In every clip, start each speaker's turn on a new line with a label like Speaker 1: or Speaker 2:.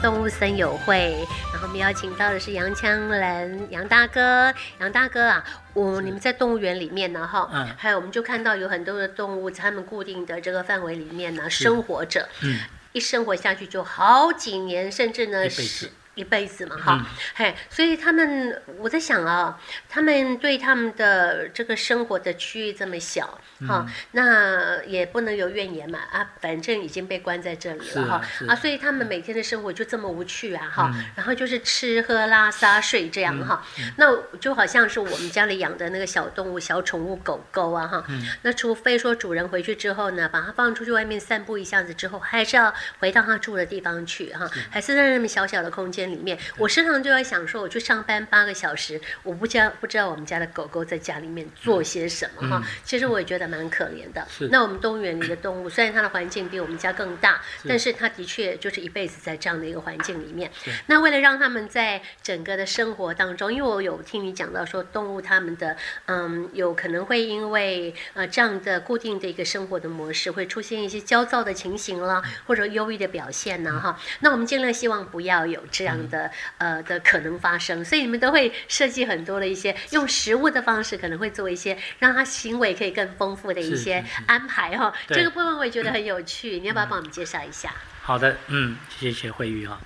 Speaker 1: 动物森友会，然后我们邀请到的是杨强人杨大哥，杨大哥啊，我你们在动物园里面呢哈，
Speaker 2: 嗯
Speaker 1: 还有我们就看到有很多的动物，它们固定的这个范围里面呢生活着，
Speaker 2: 嗯，
Speaker 1: 一生活下去就好几年，甚至呢
Speaker 2: 一辈子嗯
Speaker 1: 是一辈子嘛哈，嘿，所以他们我在想啊、他们对他们的这个生活的区域这么小
Speaker 2: 嗯
Speaker 1: 哈、那也不能有怨言嘛啊，反正已经被关在这里
Speaker 2: 是
Speaker 1: 了哈
Speaker 2: 啊嗯是
Speaker 1: 所以他们每天的生活就这么无趣啊哈、然后就是吃喝拉撒睡这样哈、
Speaker 2: 嗯
Speaker 1: 那就好像是我们家里养的那个小动物小宠物狗狗啊哈、那除非说主人回去之后呢，把它放出去外面散步一下子之后，还是要回到它住的地方去哈、还是在那么小小的空间里面。我时常就在想说，我去上班八个小时，我不知道不知道我们家的狗狗在家里面做些什么哈、其实我也觉得蛮可怜的
Speaker 2: 是。
Speaker 1: 那我们动物园里的动物，虽然它的环境比我们家更大，但是它的确就是一辈子在这样的一个环境里面。那为了让他们在整个的生活当中，因为我有听你讲到说，动物它们的嗯，有可能会因为呃这样的固定的一个生活的模式，会出现一些焦躁的情形啦，
Speaker 2: 嗯
Speaker 1: 或者忧郁的表现呢、哈。那我们尽量希望不要有这
Speaker 2: 嗯
Speaker 1: 样的、呃的可能发生，所以你们都会设计很多的一些用食物的方式，可能会做一些让他行为可以更丰富的一
Speaker 2: 是
Speaker 1: 些安排哈、
Speaker 2: 对嗯
Speaker 1: 这个部分我也觉得很有趣，你要不要帮我们介绍一下？
Speaker 2: 好的，嗯，谢谢慧玉啊。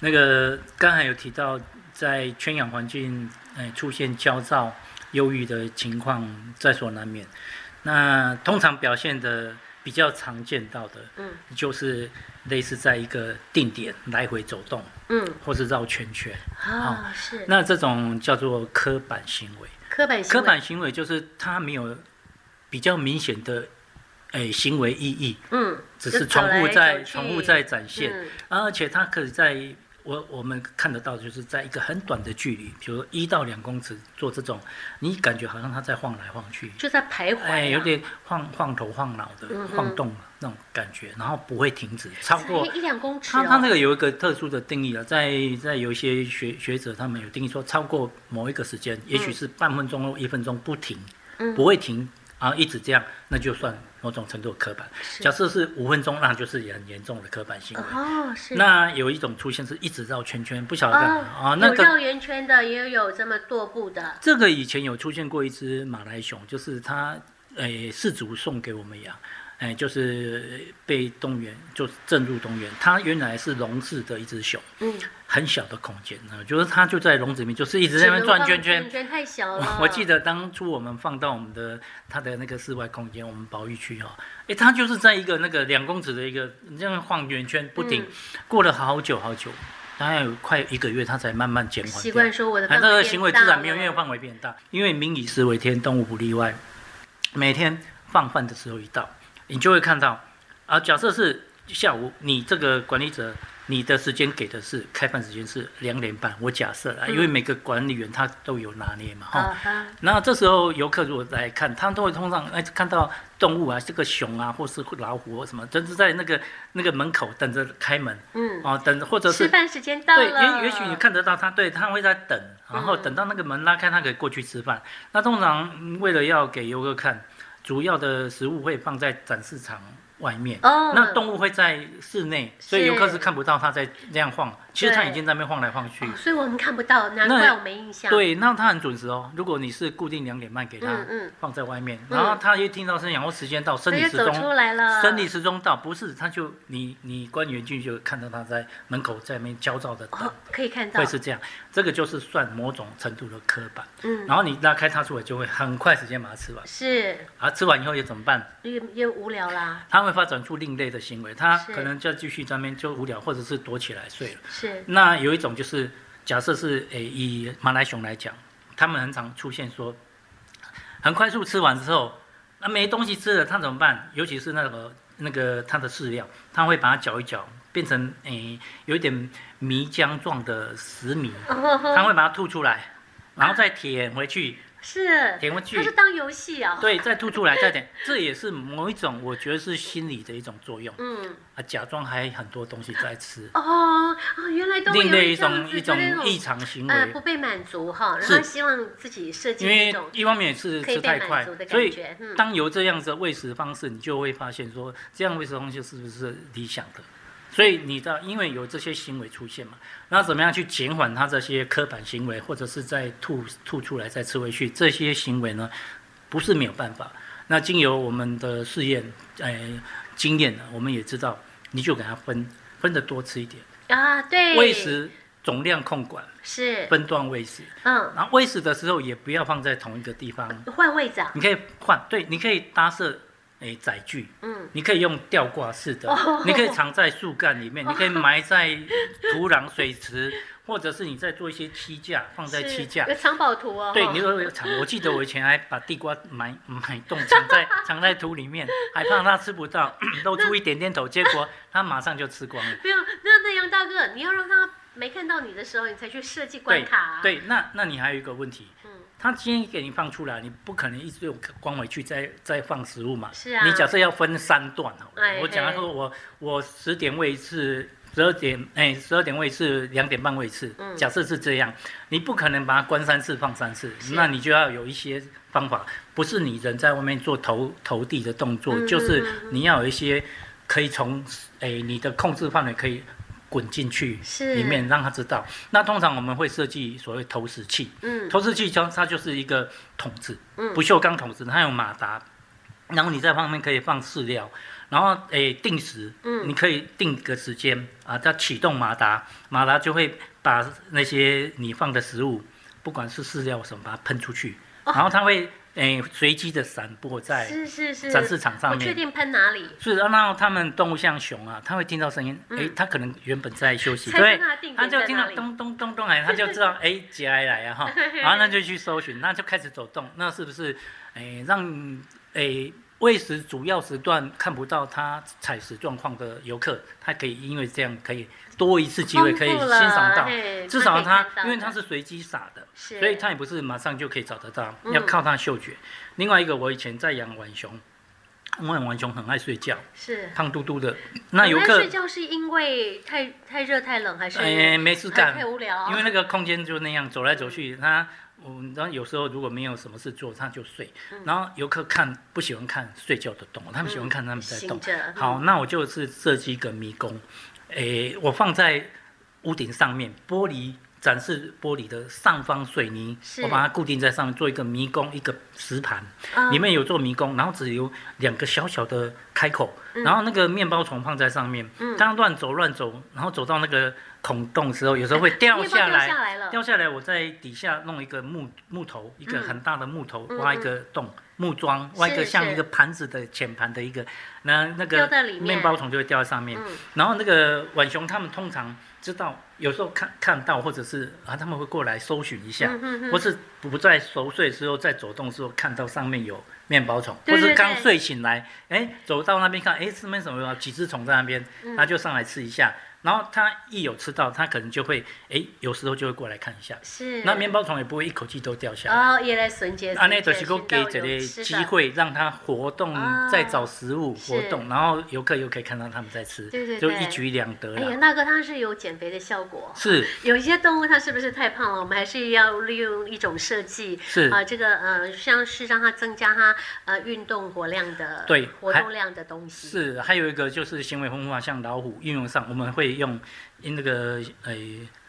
Speaker 2: 那个刚才有提到，在圈养环境，呃，出现焦躁、忧郁的情况在所难免。那通常表现的比较常见到的，
Speaker 1: 嗯，
Speaker 2: 就是类似在一个定点来回走动，
Speaker 1: 嗯，
Speaker 2: 或是绕圈圈。
Speaker 1: 啊、是
Speaker 2: 那这种叫做刻板行为。
Speaker 1: 刻板行
Speaker 2: 刻
Speaker 1: 为，
Speaker 2: 板行为就是它没有比较明显的，诶、行为意义，
Speaker 1: 嗯，
Speaker 2: 只
Speaker 1: 就是走
Speaker 2: 重复
Speaker 1: 来
Speaker 2: 在
Speaker 1: 走去
Speaker 2: 重复在展现。
Speaker 1: 嗯
Speaker 2: 而且它可以在我我们看得到，就是在一个很短的距离，比如说一到两公尺做这种，你感觉好像它在晃来晃去，
Speaker 1: 就在徘徊、啊，
Speaker 2: 哎，有点晃晃头晃脑的、
Speaker 1: 嗯哼
Speaker 2: 晃动那种感觉，然后不会停止，超过
Speaker 1: 才一两公尺、哦，
Speaker 2: 它它那个有一个特殊的定义啊，在在有一些学学者他们有定义说，超过某一个时间，也许是半分钟或一分钟不停，
Speaker 1: 嗯
Speaker 2: 不会停，然后一直这样，那就算某种程度的刻板。假设是五分钟，那就是也很严重的刻板行为。
Speaker 1: 哦，是
Speaker 2: 那有一种出现是一直绕圈圈，不晓得干嘛啊、那
Speaker 1: 有绕
Speaker 2: 个
Speaker 1: 圆圈的，也有这么踱步的，
Speaker 2: 这个以前有出现过一只马来熊，就是它诶氏族送给我们养。哎，就是呃被动物园，就是正入动物园。它原来是笼式的一只熊，
Speaker 1: 嗯，
Speaker 2: 很小的空间啊，就是它就在笼子里面，就是一直在那边转圈
Speaker 1: 只能
Speaker 2: 圈
Speaker 1: 放。圈太小了
Speaker 2: 我。我记
Speaker 1: 得
Speaker 2: 得当初我们放到我们的它的那个室外空间，我们保育区哦，诶，它就是在一个那个两公尺的一个这样晃圆圈不停，
Speaker 1: 嗯
Speaker 2: 过了好久好久，大概有快一个月，它才慢慢减缓掉。
Speaker 1: 习惯说我的
Speaker 2: 反
Speaker 1: 范围
Speaker 2: 正
Speaker 1: 变
Speaker 2: 哎行为自
Speaker 1: 大
Speaker 2: 然没有，
Speaker 1: 了
Speaker 2: 因为范围变大，因为民以食为天，动物不例外。每天放饭的时候一到，你就会看到，啊，假设是下午，你这个管理者，你的时间给的是开饭时间是两点半，我假设啊，因为
Speaker 1: 嗯
Speaker 2: 每个管理员他都有拿捏嘛，哈、
Speaker 1: 啊哈，
Speaker 2: 那这时候游客如果来看，他们都会通常哎看到动物啊，这个熊啊，或是老虎或什么，就是在那个那个门口等着开门
Speaker 1: 嗯，
Speaker 2: 哦，等或者
Speaker 1: 吃
Speaker 2: 是
Speaker 1: 饭时间到
Speaker 2: 对，
Speaker 1: 了，嗯
Speaker 2: 也也许你，看得到他，对他会在等，啊然后等到那个门拉开，他可以过去吃饭。那通常嗯为了要给游客看，主要的食物会放在展示场外面。
Speaker 1: 哦，
Speaker 2: 那动物会在室内，所以游客是看不到它在那样晃。其实它已经在那边晃来晃去。
Speaker 1: 哦，所以我们看不到，难
Speaker 2: 那
Speaker 1: 怪我没印象。，
Speaker 2: 对，那它很准时哦。如果你是固定两点半给它
Speaker 1: 嗯嗯，
Speaker 2: 放在外面，
Speaker 1: 嗯
Speaker 2: 然后它一听到声响或时间到，生
Speaker 1: 它
Speaker 2: 理
Speaker 1: 就
Speaker 2: 时
Speaker 1: 走出
Speaker 2: 钟，
Speaker 1: 来啊了。
Speaker 2: 生理时钟到，不是它就你你官员进去就看到它在门口在那边焦躁的等。
Speaker 1: 哦，可以看到
Speaker 2: 会，是这样，这个就是算某种程度的刻板。
Speaker 1: 嗯，
Speaker 2: 然后你拉开它出来，就会很快时间把它吃完。
Speaker 1: 是
Speaker 2: 啊，吃完以后也怎么办？
Speaker 1: 越越无聊啦，
Speaker 2: 它会发展出另类的行为，它
Speaker 1: 是
Speaker 2: 可能就继续在那边就无聊，或者是躲起来睡了。
Speaker 1: 是
Speaker 2: 那有一种就是，假设是诶、以马来熊来讲，他们很常出现说，很快速吃完之后，那、没东西吃了，它怎么办？尤其是那个那个它的饲料，它会把它搅一搅，变成诶、有一点泥浆状的石米。他会把它吐出来，然后再舔回去，
Speaker 1: 是，
Speaker 2: 舔回
Speaker 1: 哦它是
Speaker 2: 去，
Speaker 1: 当游戏啊。，
Speaker 2: 对，再吐出来，再舔，这也是某一种，我觉得是心理的一种作用
Speaker 1: 嗯，
Speaker 2: 啊，假装还很多东西在吃，
Speaker 1: 哦，哦，原来都会
Speaker 2: 另
Speaker 1: 有
Speaker 2: 类一
Speaker 1: 这样
Speaker 2: 种
Speaker 1: 子
Speaker 2: 一
Speaker 1: 就那
Speaker 2: 种异常行
Speaker 1: 呃
Speaker 2: 为
Speaker 1: 不，被满足哈，然
Speaker 2: 是
Speaker 1: 后希望自己设计
Speaker 2: 因
Speaker 1: 一
Speaker 2: 为
Speaker 1: 种
Speaker 2: 一方面也是
Speaker 1: 可以
Speaker 2: 吃
Speaker 1: 被
Speaker 2: 太
Speaker 1: 满
Speaker 2: 快
Speaker 1: 足的，
Speaker 2: 所
Speaker 1: 感
Speaker 2: 以
Speaker 1: 觉，嗯，
Speaker 2: 当有这样子的喂食方式，你就会发现说，这样喂食方式是不是理想的？所以你知道，因为有这些行为出现嘛，那怎么样去减缓它这些刻板行为，或者是在吐吐出来再吃回去这些行为呢？不是没有办法。那经由我们的试验，哎、经验啊呢，我们也知道，你就给它分分的多吃一点，
Speaker 1: 啊，对，
Speaker 2: 喂食总量控管，
Speaker 1: 是，
Speaker 2: 分段喂食。
Speaker 1: 嗯，
Speaker 2: 然后喂食的时候也不要放在同一个地方，
Speaker 1: 换位置啊，
Speaker 2: 你可以换，对，你可以搭设诶载具，
Speaker 1: 嗯，
Speaker 2: 你可以用吊挂式的，
Speaker 1: 哦
Speaker 2: 你可以藏在树 干里面，你可以埋在土壤、水池，或者是你在做一些栖架，放在
Speaker 1: 是
Speaker 2: 栖架。
Speaker 1: 有藏宝图哦，
Speaker 2: 对，
Speaker 1: 哈
Speaker 2: 你说有藏，我记得我以前还把地瓜埋埋洞藏在 藏在土里面，还怕它吃不到， 露出一点点头，结果它马上就吃光了。
Speaker 1: 没有，那那杨大哥，你要让他没看到你的时候，你才去设计关卡、啊
Speaker 2: 对，那那你还有一个问题，
Speaker 1: 嗯，
Speaker 2: 它今天给你放出来，你不可能一直用光回去再再放食物嘛。
Speaker 1: 是啊
Speaker 2: 你假设要分三段好了
Speaker 1: 哎
Speaker 2: 我讲说我我十点喂一次，十二点哎十二点喂一次，两点半喂一次。
Speaker 1: 嗯
Speaker 2: 假设是这样，你不可能把它关三次放三次，
Speaker 1: 是
Speaker 2: 那你就要有一些方法，不是你人在外面做投投递的动作，
Speaker 1: 嗯
Speaker 2: 就是
Speaker 1: 嗯
Speaker 2: 你要有一些可以从哎你的控制范围可以滚进去
Speaker 1: 是
Speaker 2: 里面，让他知道。那通常我们会设计所谓投食器。
Speaker 1: 嗯
Speaker 2: 投石器枪它就是一个桶子，
Speaker 1: 嗯
Speaker 2: 不锈钢桶子，它有马达，然后你在旁边可以放饲料，然后诶定时，
Speaker 1: 嗯
Speaker 2: 你可以定个时间啊，它启动马达，马达就会把那些你放的食物，不管是饲料什么，把它喷出去，
Speaker 1: 哦
Speaker 2: 然后它会诶随机的散播在
Speaker 1: 是是是，
Speaker 2: 展示场上
Speaker 1: 不确
Speaker 2: 面。
Speaker 1: 定喷哪里，
Speaker 2: 是，然后它们动物像熊啊，它会听到声音，
Speaker 1: 嗯
Speaker 2: 诶，它可能原本在休息，
Speaker 1: 才
Speaker 2: 对
Speaker 1: 知，道定
Speaker 2: 他
Speaker 1: 点
Speaker 2: 就
Speaker 1: 在
Speaker 2: 听
Speaker 1: 哪
Speaker 2: 到
Speaker 1: 里。
Speaker 2: 咚咚咚咚来，他就 知道哎，节哀来啊哈，然后他就去搜寻，那就开始走动，那是不是哎让哎喂食主要时段看不到他采食状况的游客，他可以因为这样可以多一次机会可以
Speaker 1: 丰富了
Speaker 2: 欣赏到，
Speaker 1: 嘿
Speaker 2: 至少
Speaker 1: 他可以
Speaker 2: 他
Speaker 1: 看到
Speaker 2: 因为他是随机撒的，
Speaker 1: 是，
Speaker 2: 所以他也不是马上就可以找得到，
Speaker 1: 嗯
Speaker 2: 要靠他嗅觉。另外一个，我以前在养浣熊，因为浣熊很爱睡觉，
Speaker 1: 是。
Speaker 2: 胖嘟嘟的，那游
Speaker 1: 我在
Speaker 2: 客
Speaker 1: 睡觉是因为太太热太冷还是
Speaker 2: 哎没事 干
Speaker 1: 还，太无聊？
Speaker 2: 因为那个空间就那样走来走去，他我然后有时候如果没有什么事做，他就睡。
Speaker 1: 嗯
Speaker 2: 然后游客看不喜欢看睡觉的动物，他们喜欢看他们在动
Speaker 1: 醒。着
Speaker 2: 好，，那我就是设计一个迷宫，诶，我放在屋顶上面，玻璃展示玻璃的上方水泥
Speaker 1: 是，
Speaker 2: 我把它固定在上面，做一个迷宫，一个石盘，
Speaker 1: 嗯
Speaker 2: 里面有做迷宫，然后只有两个小小的开口，
Speaker 1: 嗯
Speaker 2: 然后那个面包虫放在上面
Speaker 1: 嗯，
Speaker 2: 它乱走乱走，然后走到那个孔洞的时候，有时候会掉
Speaker 1: 面包
Speaker 2: 下
Speaker 1: 掉
Speaker 2: 来。
Speaker 1: 下来了，
Speaker 2: 嗯掉下来，我在底下弄一个木木头，一个
Speaker 1: 嗯
Speaker 2: 很大的木头，
Speaker 1: 嗯
Speaker 2: 挖一个洞，木桩，
Speaker 1: 是
Speaker 2: 挖一个像
Speaker 1: 是
Speaker 2: 一个盘子的浅盘的一个，那那
Speaker 1: 掉
Speaker 2: 个
Speaker 1: 在里面
Speaker 2: 面包虫就会掉在上面。
Speaker 1: 嗯
Speaker 2: 然后那个浣熊他们通常知道，有时候看看到或者是啊，他们会过来搜寻一下，
Speaker 1: 嗯哼哼
Speaker 2: 或是不在熟睡之后，在走动之后看到上面有面包虫，
Speaker 1: 对对
Speaker 2: 或是刚
Speaker 1: 对
Speaker 2: 睡醒来，哎，走到那边看，哎，上面怎么有几只虫在那边，
Speaker 1: 嗯
Speaker 2: 他就上来吃一下。然后他一有吃到，他可能就会，哎，有时候就会过来看一下。
Speaker 1: 是
Speaker 2: 那面包虫也不会一口气都掉下来，
Speaker 1: 哦，也来纯洁，
Speaker 2: 啊，
Speaker 1: 纯
Speaker 2: 那
Speaker 1: 洁
Speaker 2: 就是
Speaker 1: 寻
Speaker 2: 给
Speaker 1: 到
Speaker 2: 这
Speaker 1: 有
Speaker 2: 个
Speaker 1: 吃的
Speaker 2: 机会让它活动
Speaker 1: 啊，
Speaker 2: 再找食物活
Speaker 1: 是
Speaker 2: 动，然后游客又可以看到他们在吃，
Speaker 1: 对对
Speaker 2: 就
Speaker 1: 对
Speaker 2: 一举两得
Speaker 1: 哎呀，
Speaker 2: 了。
Speaker 1: 那个它是有减肥的效果。
Speaker 2: 是
Speaker 1: 有一些动物它是不是太胖了？我们还是要利用一种设计
Speaker 2: 是
Speaker 1: 啊、，这个呃，像是让它增加它呃运动活量的
Speaker 2: 对
Speaker 1: 活
Speaker 2: 还
Speaker 1: 动量的东西。
Speaker 2: 是，还有一个就是行为分化，像老虎运用上，我们会用那个呃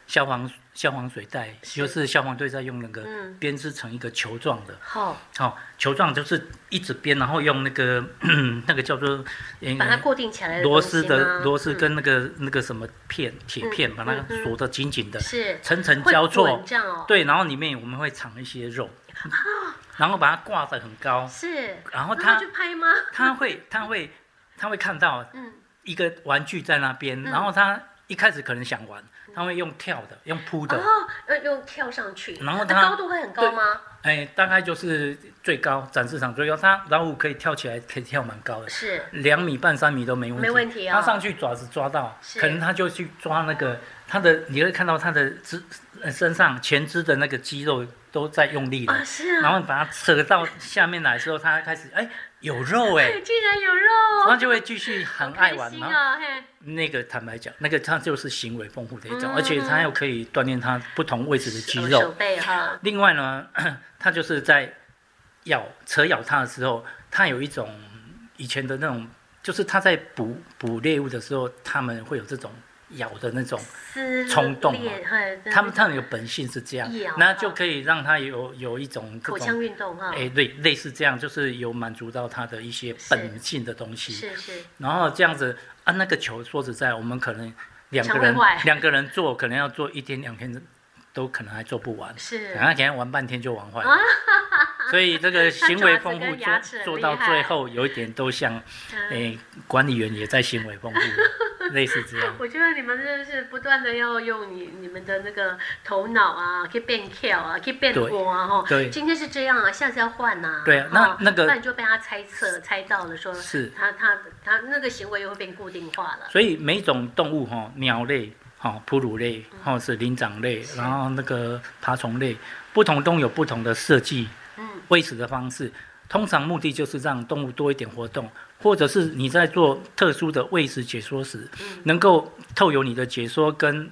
Speaker 2: 消防消防水袋，就是消防队在用那个
Speaker 1: 嗯
Speaker 2: 编织成一个球状的，
Speaker 1: 好、
Speaker 2: 好、球状就是一直编，然后用那个 那个叫做呃
Speaker 1: 把它固定起来的
Speaker 2: 螺
Speaker 1: 东
Speaker 2: 丝
Speaker 1: 西
Speaker 2: 的
Speaker 1: 吗
Speaker 2: 螺丝
Speaker 1: 嗯
Speaker 2: 跟那个那个什么片铁片，把它
Speaker 1: 嗯嗯
Speaker 2: 锁得紧紧的，
Speaker 1: 是
Speaker 2: 层层
Speaker 1: 会
Speaker 2: 交错
Speaker 1: 滚，这样哦，
Speaker 2: 对，然后里面我们会藏一些肉，然后把它挂得很高，
Speaker 1: 是。啊
Speaker 2: 然后
Speaker 1: 然后
Speaker 2: 它
Speaker 1: 去拍吗？
Speaker 2: 它会它会它会看到
Speaker 1: 嗯，
Speaker 2: 一个玩具在那边，然后他一开始可能想玩，
Speaker 1: 嗯
Speaker 2: 他会用跳的，用扑
Speaker 1: 然
Speaker 2: 的，
Speaker 1: 后要用哦跳上去，
Speaker 2: 然后
Speaker 1: 那
Speaker 2: 它
Speaker 1: 高度会很高吗？
Speaker 2: 哎，大概就是最高展示场最高，它老虎可以跳起来，可以跳蛮高的，
Speaker 1: 是
Speaker 2: 两米半、三米都没问题。
Speaker 1: 没问题啊
Speaker 2: 它上去爪子抓到，
Speaker 1: 是
Speaker 2: 可能它就去抓那个它的，你会看到它的肢呃身上前肢的那个肌肉都在用力了，
Speaker 1: 啊，是
Speaker 2: 然
Speaker 1: 啊，
Speaker 2: 后你把它扯到下面来之后，它开始哎有肉哎、
Speaker 1: 竟然有肉，
Speaker 2: 它就会继续很
Speaker 1: 哦好
Speaker 2: 爱
Speaker 1: 开
Speaker 2: 玩，
Speaker 1: 心
Speaker 2: 然后
Speaker 1: 啊，嘿，
Speaker 2: 那个坦白讲，那个它就是行为丰富的一种，
Speaker 1: 嗯
Speaker 2: 而且它又可以锻炼它不同位置的肌肉。
Speaker 1: 手背哈，
Speaker 2: 另外呢， 它就是在咬扯咬它的时候，它有一种以前的那种就是它在捕捕猎物的时候，它们会有这种咬的那种，
Speaker 1: 撕
Speaker 2: 冲动啊
Speaker 1: 裂嘿对
Speaker 2: 它们它们有本性是这样
Speaker 1: 咬，啊
Speaker 2: 那就可以让它有有一种这
Speaker 1: 口
Speaker 2: 种，
Speaker 1: 腔运动哈，
Speaker 2: 哎，类类似这样，就是有满足到它的一些本性的东西。
Speaker 1: 是是，
Speaker 2: 然后这样子啊，那个球说实在，我们可能两个
Speaker 1: 常
Speaker 2: 人
Speaker 1: 会坏
Speaker 2: 两个人做，可能要做一天两天都可能还做不完，
Speaker 1: 是啊
Speaker 2: 然后给他玩半天就玩坏了。所以这个行为丰
Speaker 1: 他爪
Speaker 2: 富
Speaker 1: 子跟牙齿
Speaker 2: 做
Speaker 1: 很
Speaker 2: 做
Speaker 1: 厉
Speaker 2: 到
Speaker 1: 害
Speaker 2: 最后，有一点都像
Speaker 1: 嗯
Speaker 2: 诶、管理员也在行为 丰富，类似这样。
Speaker 1: 我觉得你们真的是不断的要用你你们的那个头脑啊，去变 Q 啊，去变
Speaker 2: 对
Speaker 1: 活啊，哈。
Speaker 2: 对
Speaker 1: 今天是这样啊，下次要换呐、啊。
Speaker 2: 对啊那
Speaker 1: 哈
Speaker 2: 那个
Speaker 1: 不然就被他猜测猜到了，说
Speaker 2: 是
Speaker 1: 他他他那个行为又会变固定化了。
Speaker 2: 所以每种动物哈、哦，鸟类、哈、哦、哺乳类、或、哦、是灵长类，
Speaker 1: 嗯是
Speaker 2: 然后那个爬虫类，不同动物有不同的设计
Speaker 1: 嗯，
Speaker 2: 喂食的方式，通常目的就是让动物多一点活动，或者是你在做特殊的喂食解说时，
Speaker 1: 嗯
Speaker 2: 能够透由你的解说跟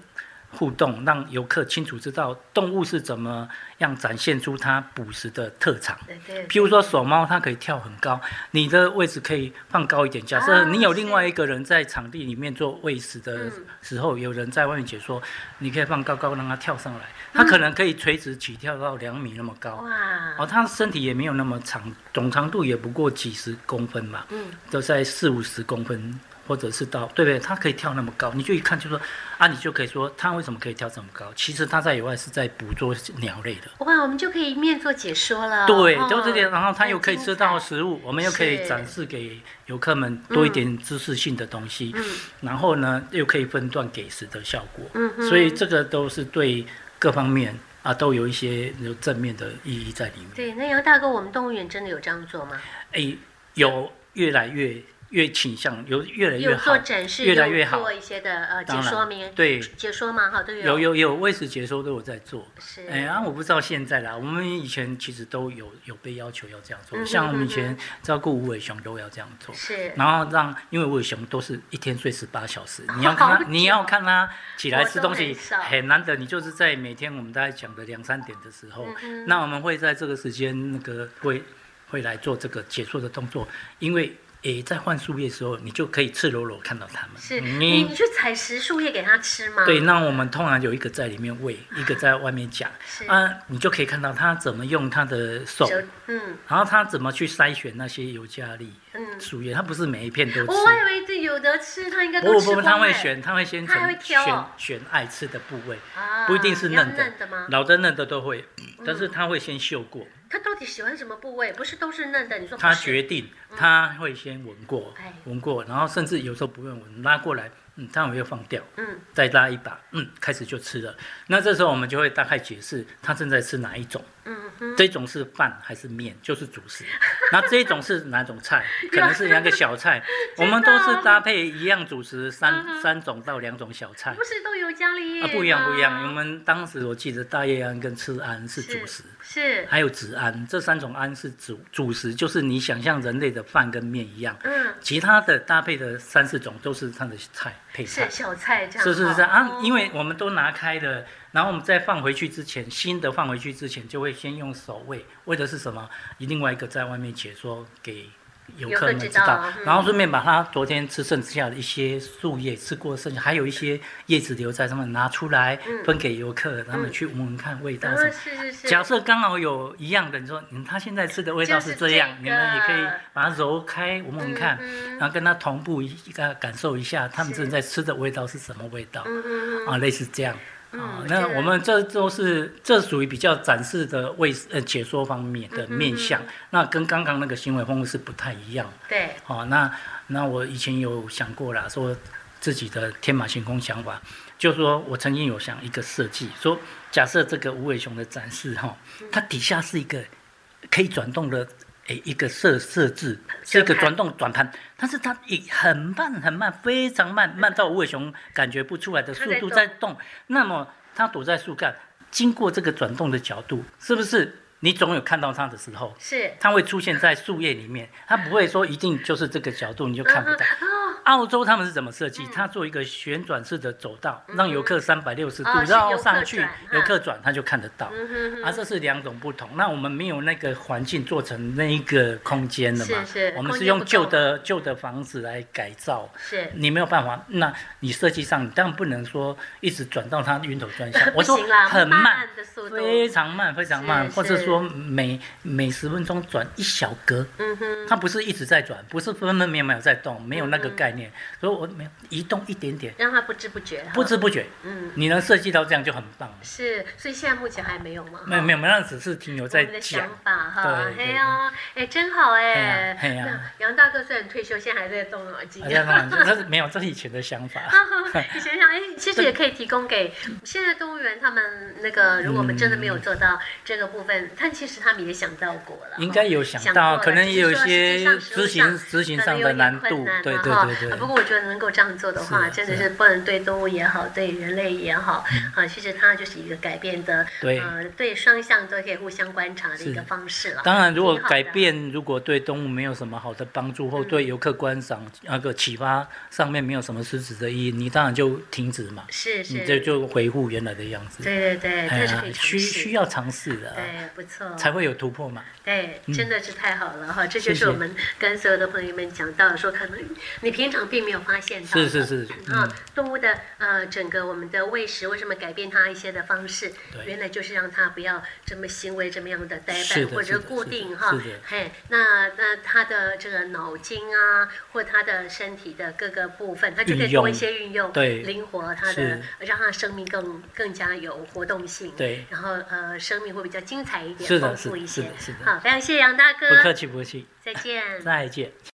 Speaker 2: 互动，让游客清楚知道动物是怎么样展现出它捕食的特长。
Speaker 1: 对对。
Speaker 2: 譬如说手猫，它可以跳很高，你的位置可以放高一点。假设
Speaker 1: 啊
Speaker 2: 你有
Speaker 1: 是
Speaker 2: 另外一个人在场地里面做喂食的
Speaker 1: 嗯
Speaker 2: 时候，有人在外面解说，你可以放高高让它跳上来，它可能可以垂直起跳到两米那么高。哦，
Speaker 1: 哇，
Speaker 2: 它身体也没有那么长，总长度也不过几十公分嘛，
Speaker 1: 嗯，
Speaker 2: 都在四五十公分，或者是到对不对？它可以跳那么高，你就一看就说啊，你就可以说它为什么可以跳这么高？其实它在野外是在捕捉鸟类的。
Speaker 1: 哇，我们就可以一面做解说了。
Speaker 2: 对，
Speaker 1: 哦
Speaker 2: 就这点，然后他又可以吃到
Speaker 1: 很精
Speaker 2: 食物，我们又可以
Speaker 1: 是嗯
Speaker 2: 展示给游客们多一点知识性的东西，
Speaker 1: 彩嗯
Speaker 2: 然后呢又可以分段给食的效果，
Speaker 1: 嗯哼，
Speaker 2: 所以这个都是对各方面啊都有一些有正面的意义在里面。
Speaker 1: 对，那杨大哥，我们动物园真的有这样做吗？
Speaker 2: 哎，有越来越越倾向，有越来越
Speaker 1: 有
Speaker 2: 好
Speaker 1: 做，展示，
Speaker 2: 越来越好
Speaker 1: 有做一些的呃解
Speaker 2: 当然
Speaker 1: 说明，
Speaker 2: 对
Speaker 1: 解说嘛，哈，都
Speaker 2: 有有有喂食解说都有在做。
Speaker 1: 是，
Speaker 2: 哎，啊，我不知道现在啦，我们以前其实都有有被要求要这样
Speaker 1: 嗯
Speaker 2: 做，
Speaker 1: 哼
Speaker 2: 像我们以
Speaker 1: 嗯哼
Speaker 2: 前照顾无尾熊都要这样做。
Speaker 1: 是，
Speaker 2: 然后让，因为我有熊都是一天睡十八小时， 你要看
Speaker 1: 好
Speaker 2: 它，
Speaker 1: 久
Speaker 2: 你要看它起来
Speaker 1: 活
Speaker 2: 吃
Speaker 1: 动
Speaker 2: 东西
Speaker 1: 很少
Speaker 2: 很难得，你就是在每天我们大概讲的两三点的时候，
Speaker 1: 嗯哼
Speaker 2: 那我们会在这个时间那个会会来做这个解说的动作，因为诶在换树叶的时候，你就可以赤裸裸看到它们。
Speaker 1: 是你
Speaker 2: 你
Speaker 1: 你去采食树叶给它吃吗？
Speaker 2: 对，，那我们通常有一个在里面喂，一个在外面夹，
Speaker 1: 是
Speaker 2: 啊，你就可以看到它怎么用它的手，
Speaker 1: 折，嗯
Speaker 2: 然后它怎么去筛选那些尤加利
Speaker 1: 嗯，
Speaker 2: 树叶，它不是每一片都吃。
Speaker 1: 我还以为这有的吃，它应该
Speaker 2: 不
Speaker 1: 都
Speaker 2: 不
Speaker 1: 吃
Speaker 2: 不，
Speaker 1: 光
Speaker 2: 他会
Speaker 1: 了
Speaker 2: 选，他会先
Speaker 1: 他还会
Speaker 2: 选
Speaker 1: 挑
Speaker 2: 选
Speaker 1: 哦
Speaker 2: 选爱吃的部位，
Speaker 1: 啊
Speaker 2: 不一定是
Speaker 1: 要
Speaker 2: 嫩的
Speaker 1: 嫩的吗？嗯
Speaker 2: 老的嫩的都会，但是他会先嗅过，
Speaker 1: 它到底喜欢什么部位？不是都是嫩的，你说不
Speaker 2: 他
Speaker 1: 是
Speaker 2: 决定，他会先闻过
Speaker 1: 嗯哎，
Speaker 2: 闻过，然后甚至有时候不用闻，拉过来，嗯，他会又放掉，
Speaker 1: 嗯
Speaker 2: 再拉一把，嗯，开始就吃了。那这时候我们就会大概解释他正在吃哪一种，
Speaker 1: 嗯哼，
Speaker 2: 这种是饭还是面，就是主食。那这种是哪种 菜？可能是两个小菜，
Speaker 1: 啊
Speaker 2: 我们都是搭配一样主食，
Speaker 1: 嗯
Speaker 2: 三三种到两种小菜。
Speaker 1: 不是都有加利叶
Speaker 2: 啊，不一样，不一样。我
Speaker 1: 吗
Speaker 2: 们当时我记得大叶桉跟赤桉是主食，
Speaker 1: 是，
Speaker 2: 还有植桉，这三种桉是主主食，就是你想象人类的饭跟面一样。
Speaker 1: 嗯，
Speaker 2: 其他的搭配的三四种都是它的菜配菜
Speaker 1: 是，小菜这样哈，
Speaker 2: 啊是是是啊
Speaker 1: 哦，
Speaker 2: 因为我们都拿开了，然后我们在放回去之前，新的放回去之前就会先用手喂，喂的是什么？另外一个在外面解说给游客们
Speaker 1: 游客
Speaker 2: 知
Speaker 1: 知道
Speaker 2: 道
Speaker 1: 啊，嗯
Speaker 2: 然后顺便把他昨天吃剩下的一些树叶吃过剩下，还有一些叶子留在上面拿出来
Speaker 1: 嗯
Speaker 2: 分给游客，他们去闻闻看味道
Speaker 1: 啊
Speaker 2: 什么。
Speaker 1: 是是是，
Speaker 2: 假设刚好有一样的，你说嗯，他现在吃的味道
Speaker 1: 就是是
Speaker 2: 这样，
Speaker 1: 这
Speaker 2: 你们也可以
Speaker 1: 个
Speaker 2: 把它揉开闻闻看，啊
Speaker 1: 嗯
Speaker 2: 然后跟他同步一个感受一下，他们
Speaker 1: 是
Speaker 2: 正在吃的味道是什么味道。
Speaker 1: 嗯嗯嗯
Speaker 2: 啊，类似这样。啊
Speaker 1: 嗯，
Speaker 2: 那
Speaker 1: 这个
Speaker 2: 我们这都是这属于比较展示的为呃解说方面的面
Speaker 1: 嗯
Speaker 2: 向，那跟刚刚那个行为风是不太一样。
Speaker 1: 对，
Speaker 2: 哦，那那我以前有想过啦，说自己的天马行空想法，就说我曾经有想一个设计，说假设这个无尾熊的展示哈、它底下是一个可以转动的。诶，一个设设置是一个
Speaker 1: 转盘
Speaker 2: 转动转盘，但是它以很慢很慢，非常慢，慢到无尾熊感觉不出来的速度
Speaker 1: 它
Speaker 2: 在
Speaker 1: 在
Speaker 2: 动。那么它躲在树干，经过这个转动的角度，是不是你总有看到它的时候？
Speaker 1: 是，
Speaker 2: 它会出现在树叶里面，它不会说一定就是这个角度你就看不到
Speaker 1: 嗯哼哦，嗯
Speaker 2: 澳洲他们是怎么设计？它做一个旋转式的走道，让游客三百六十度
Speaker 1: 哦
Speaker 2: 绕上去，游客转他就看得
Speaker 1: 嗯
Speaker 2: 到。啊，这是两种不同。那我们没有那个环境做成那一个空间的嘛？
Speaker 1: 是是
Speaker 2: 我们
Speaker 1: 空
Speaker 2: 是
Speaker 1: 间
Speaker 2: 用
Speaker 1: 不
Speaker 2: 旧
Speaker 1: 够
Speaker 2: 的旧的房子来改造，
Speaker 1: 是。
Speaker 2: 你没有办法。那你设计上，你当然不能说一直转到它晕头转向我
Speaker 1: 不
Speaker 2: 说
Speaker 1: 行啦，
Speaker 2: 很慢
Speaker 1: 慢，的速度，
Speaker 2: 非常慢，非常慢，
Speaker 1: 是
Speaker 2: 或者
Speaker 1: 是
Speaker 2: 说每每十分钟转一小格，
Speaker 1: 嗯嗯哼，
Speaker 2: 它不是一直在转，不是分分秒秒在动，没有那个概念，所以我没有移动一点点，
Speaker 1: 让他不知不觉哈，
Speaker 2: 不知不觉，
Speaker 1: 嗯
Speaker 2: 你能设计到这样就很棒了。
Speaker 1: 是，所以现在目前还没有嘛，
Speaker 2: 没有
Speaker 1: 哈
Speaker 2: 没有，没有那只是停留
Speaker 1: 我
Speaker 2: 在
Speaker 1: 们的
Speaker 2: 讲啊
Speaker 1: 想，法哈，
Speaker 2: 对
Speaker 1: 哎
Speaker 2: 对
Speaker 1: 呀，哎，真好哎
Speaker 2: 嘿呀，嘿呀
Speaker 1: 那杨大哥虽然退休，现在还在动脑筋
Speaker 2: 好。像那种这是没有，这是以前的想法。
Speaker 1: 你想想，哎，其实也可以提供给现在动物园他们那个，如果我们真的没
Speaker 2: 嗯
Speaker 1: 有做到这个部分，但其实他们也想到过了，
Speaker 2: 应该有想
Speaker 1: 想过
Speaker 2: 到，
Speaker 1: 了
Speaker 2: 可能也有一
Speaker 1: 只是
Speaker 2: 些
Speaker 1: 说实
Speaker 2: 执
Speaker 1: 际上
Speaker 2: 行执行
Speaker 1: 可能
Speaker 2: 上
Speaker 1: 有
Speaker 2: 的
Speaker 1: 点
Speaker 2: 难
Speaker 1: 困
Speaker 2: 度
Speaker 1: 难，
Speaker 2: 对
Speaker 1: 了
Speaker 2: 对
Speaker 1: 哈
Speaker 2: 对
Speaker 1: 啊不
Speaker 2: 对，
Speaker 1: 过我觉得能够这样做的话，
Speaker 2: 是啊
Speaker 1: 真的
Speaker 2: 是嗯
Speaker 1: 是不能对动物也好，对人类也好，啊，其实它就是一个改变的，
Speaker 2: 对。
Speaker 1: 呃，对双向都可以互相观察的一个
Speaker 2: 是
Speaker 1: 方式了。
Speaker 2: 当然，如果
Speaker 1: 挺好的
Speaker 2: 改
Speaker 1: 嗯
Speaker 2: 变如果对动物没有什么好的帮助，或对游客观赏那个启发上面没有什么实质的意义，你当然就停止嘛，
Speaker 1: 是是
Speaker 2: 你，这就回复原来的样子。
Speaker 1: 对对对，
Speaker 2: 哎
Speaker 1: 这是
Speaker 2: 呀
Speaker 1: 可以，尝
Speaker 2: 需需
Speaker 1: 试。
Speaker 2: 要尝试的啊，
Speaker 1: 对，不错。
Speaker 2: 才会有突破嘛。
Speaker 1: 对，真的是太好了哈！这就
Speaker 2: 谢
Speaker 1: 是
Speaker 2: 谢
Speaker 1: 我们跟所有的朋友们讲到说，可能你平常并没有发现到的，
Speaker 2: 是是是，
Speaker 1: 啊
Speaker 2: 嗯，，
Speaker 1: 动物的呃整个我们的喂食为什么改变它一些的方式，
Speaker 2: 对
Speaker 1: 原来就是让它不要这么行为这么样的呆
Speaker 2: 是
Speaker 1: 板
Speaker 2: 的
Speaker 1: 或
Speaker 2: 是
Speaker 1: 者
Speaker 2: 的
Speaker 1: 固
Speaker 2: 是的
Speaker 1: 定哈
Speaker 2: 是的，
Speaker 1: 嘿，那那它的这个脑筋啊，或它的身体的各个部分，它就可以
Speaker 2: 运用
Speaker 1: 多一些运用，
Speaker 2: 对
Speaker 1: 灵活它的
Speaker 2: 是，
Speaker 1: 让它生命更更加有活动性，
Speaker 2: 对，
Speaker 1: 然后呃生命会比较精彩一点，
Speaker 2: 是
Speaker 1: 丰
Speaker 2: 的，是
Speaker 1: 富一
Speaker 2: 的，是
Speaker 1: 些
Speaker 2: 的，。是的，
Speaker 1: 嗯好，非常谢谢杨大哥
Speaker 2: 不，客气不客气，
Speaker 1: 再见。
Speaker 2: 再见。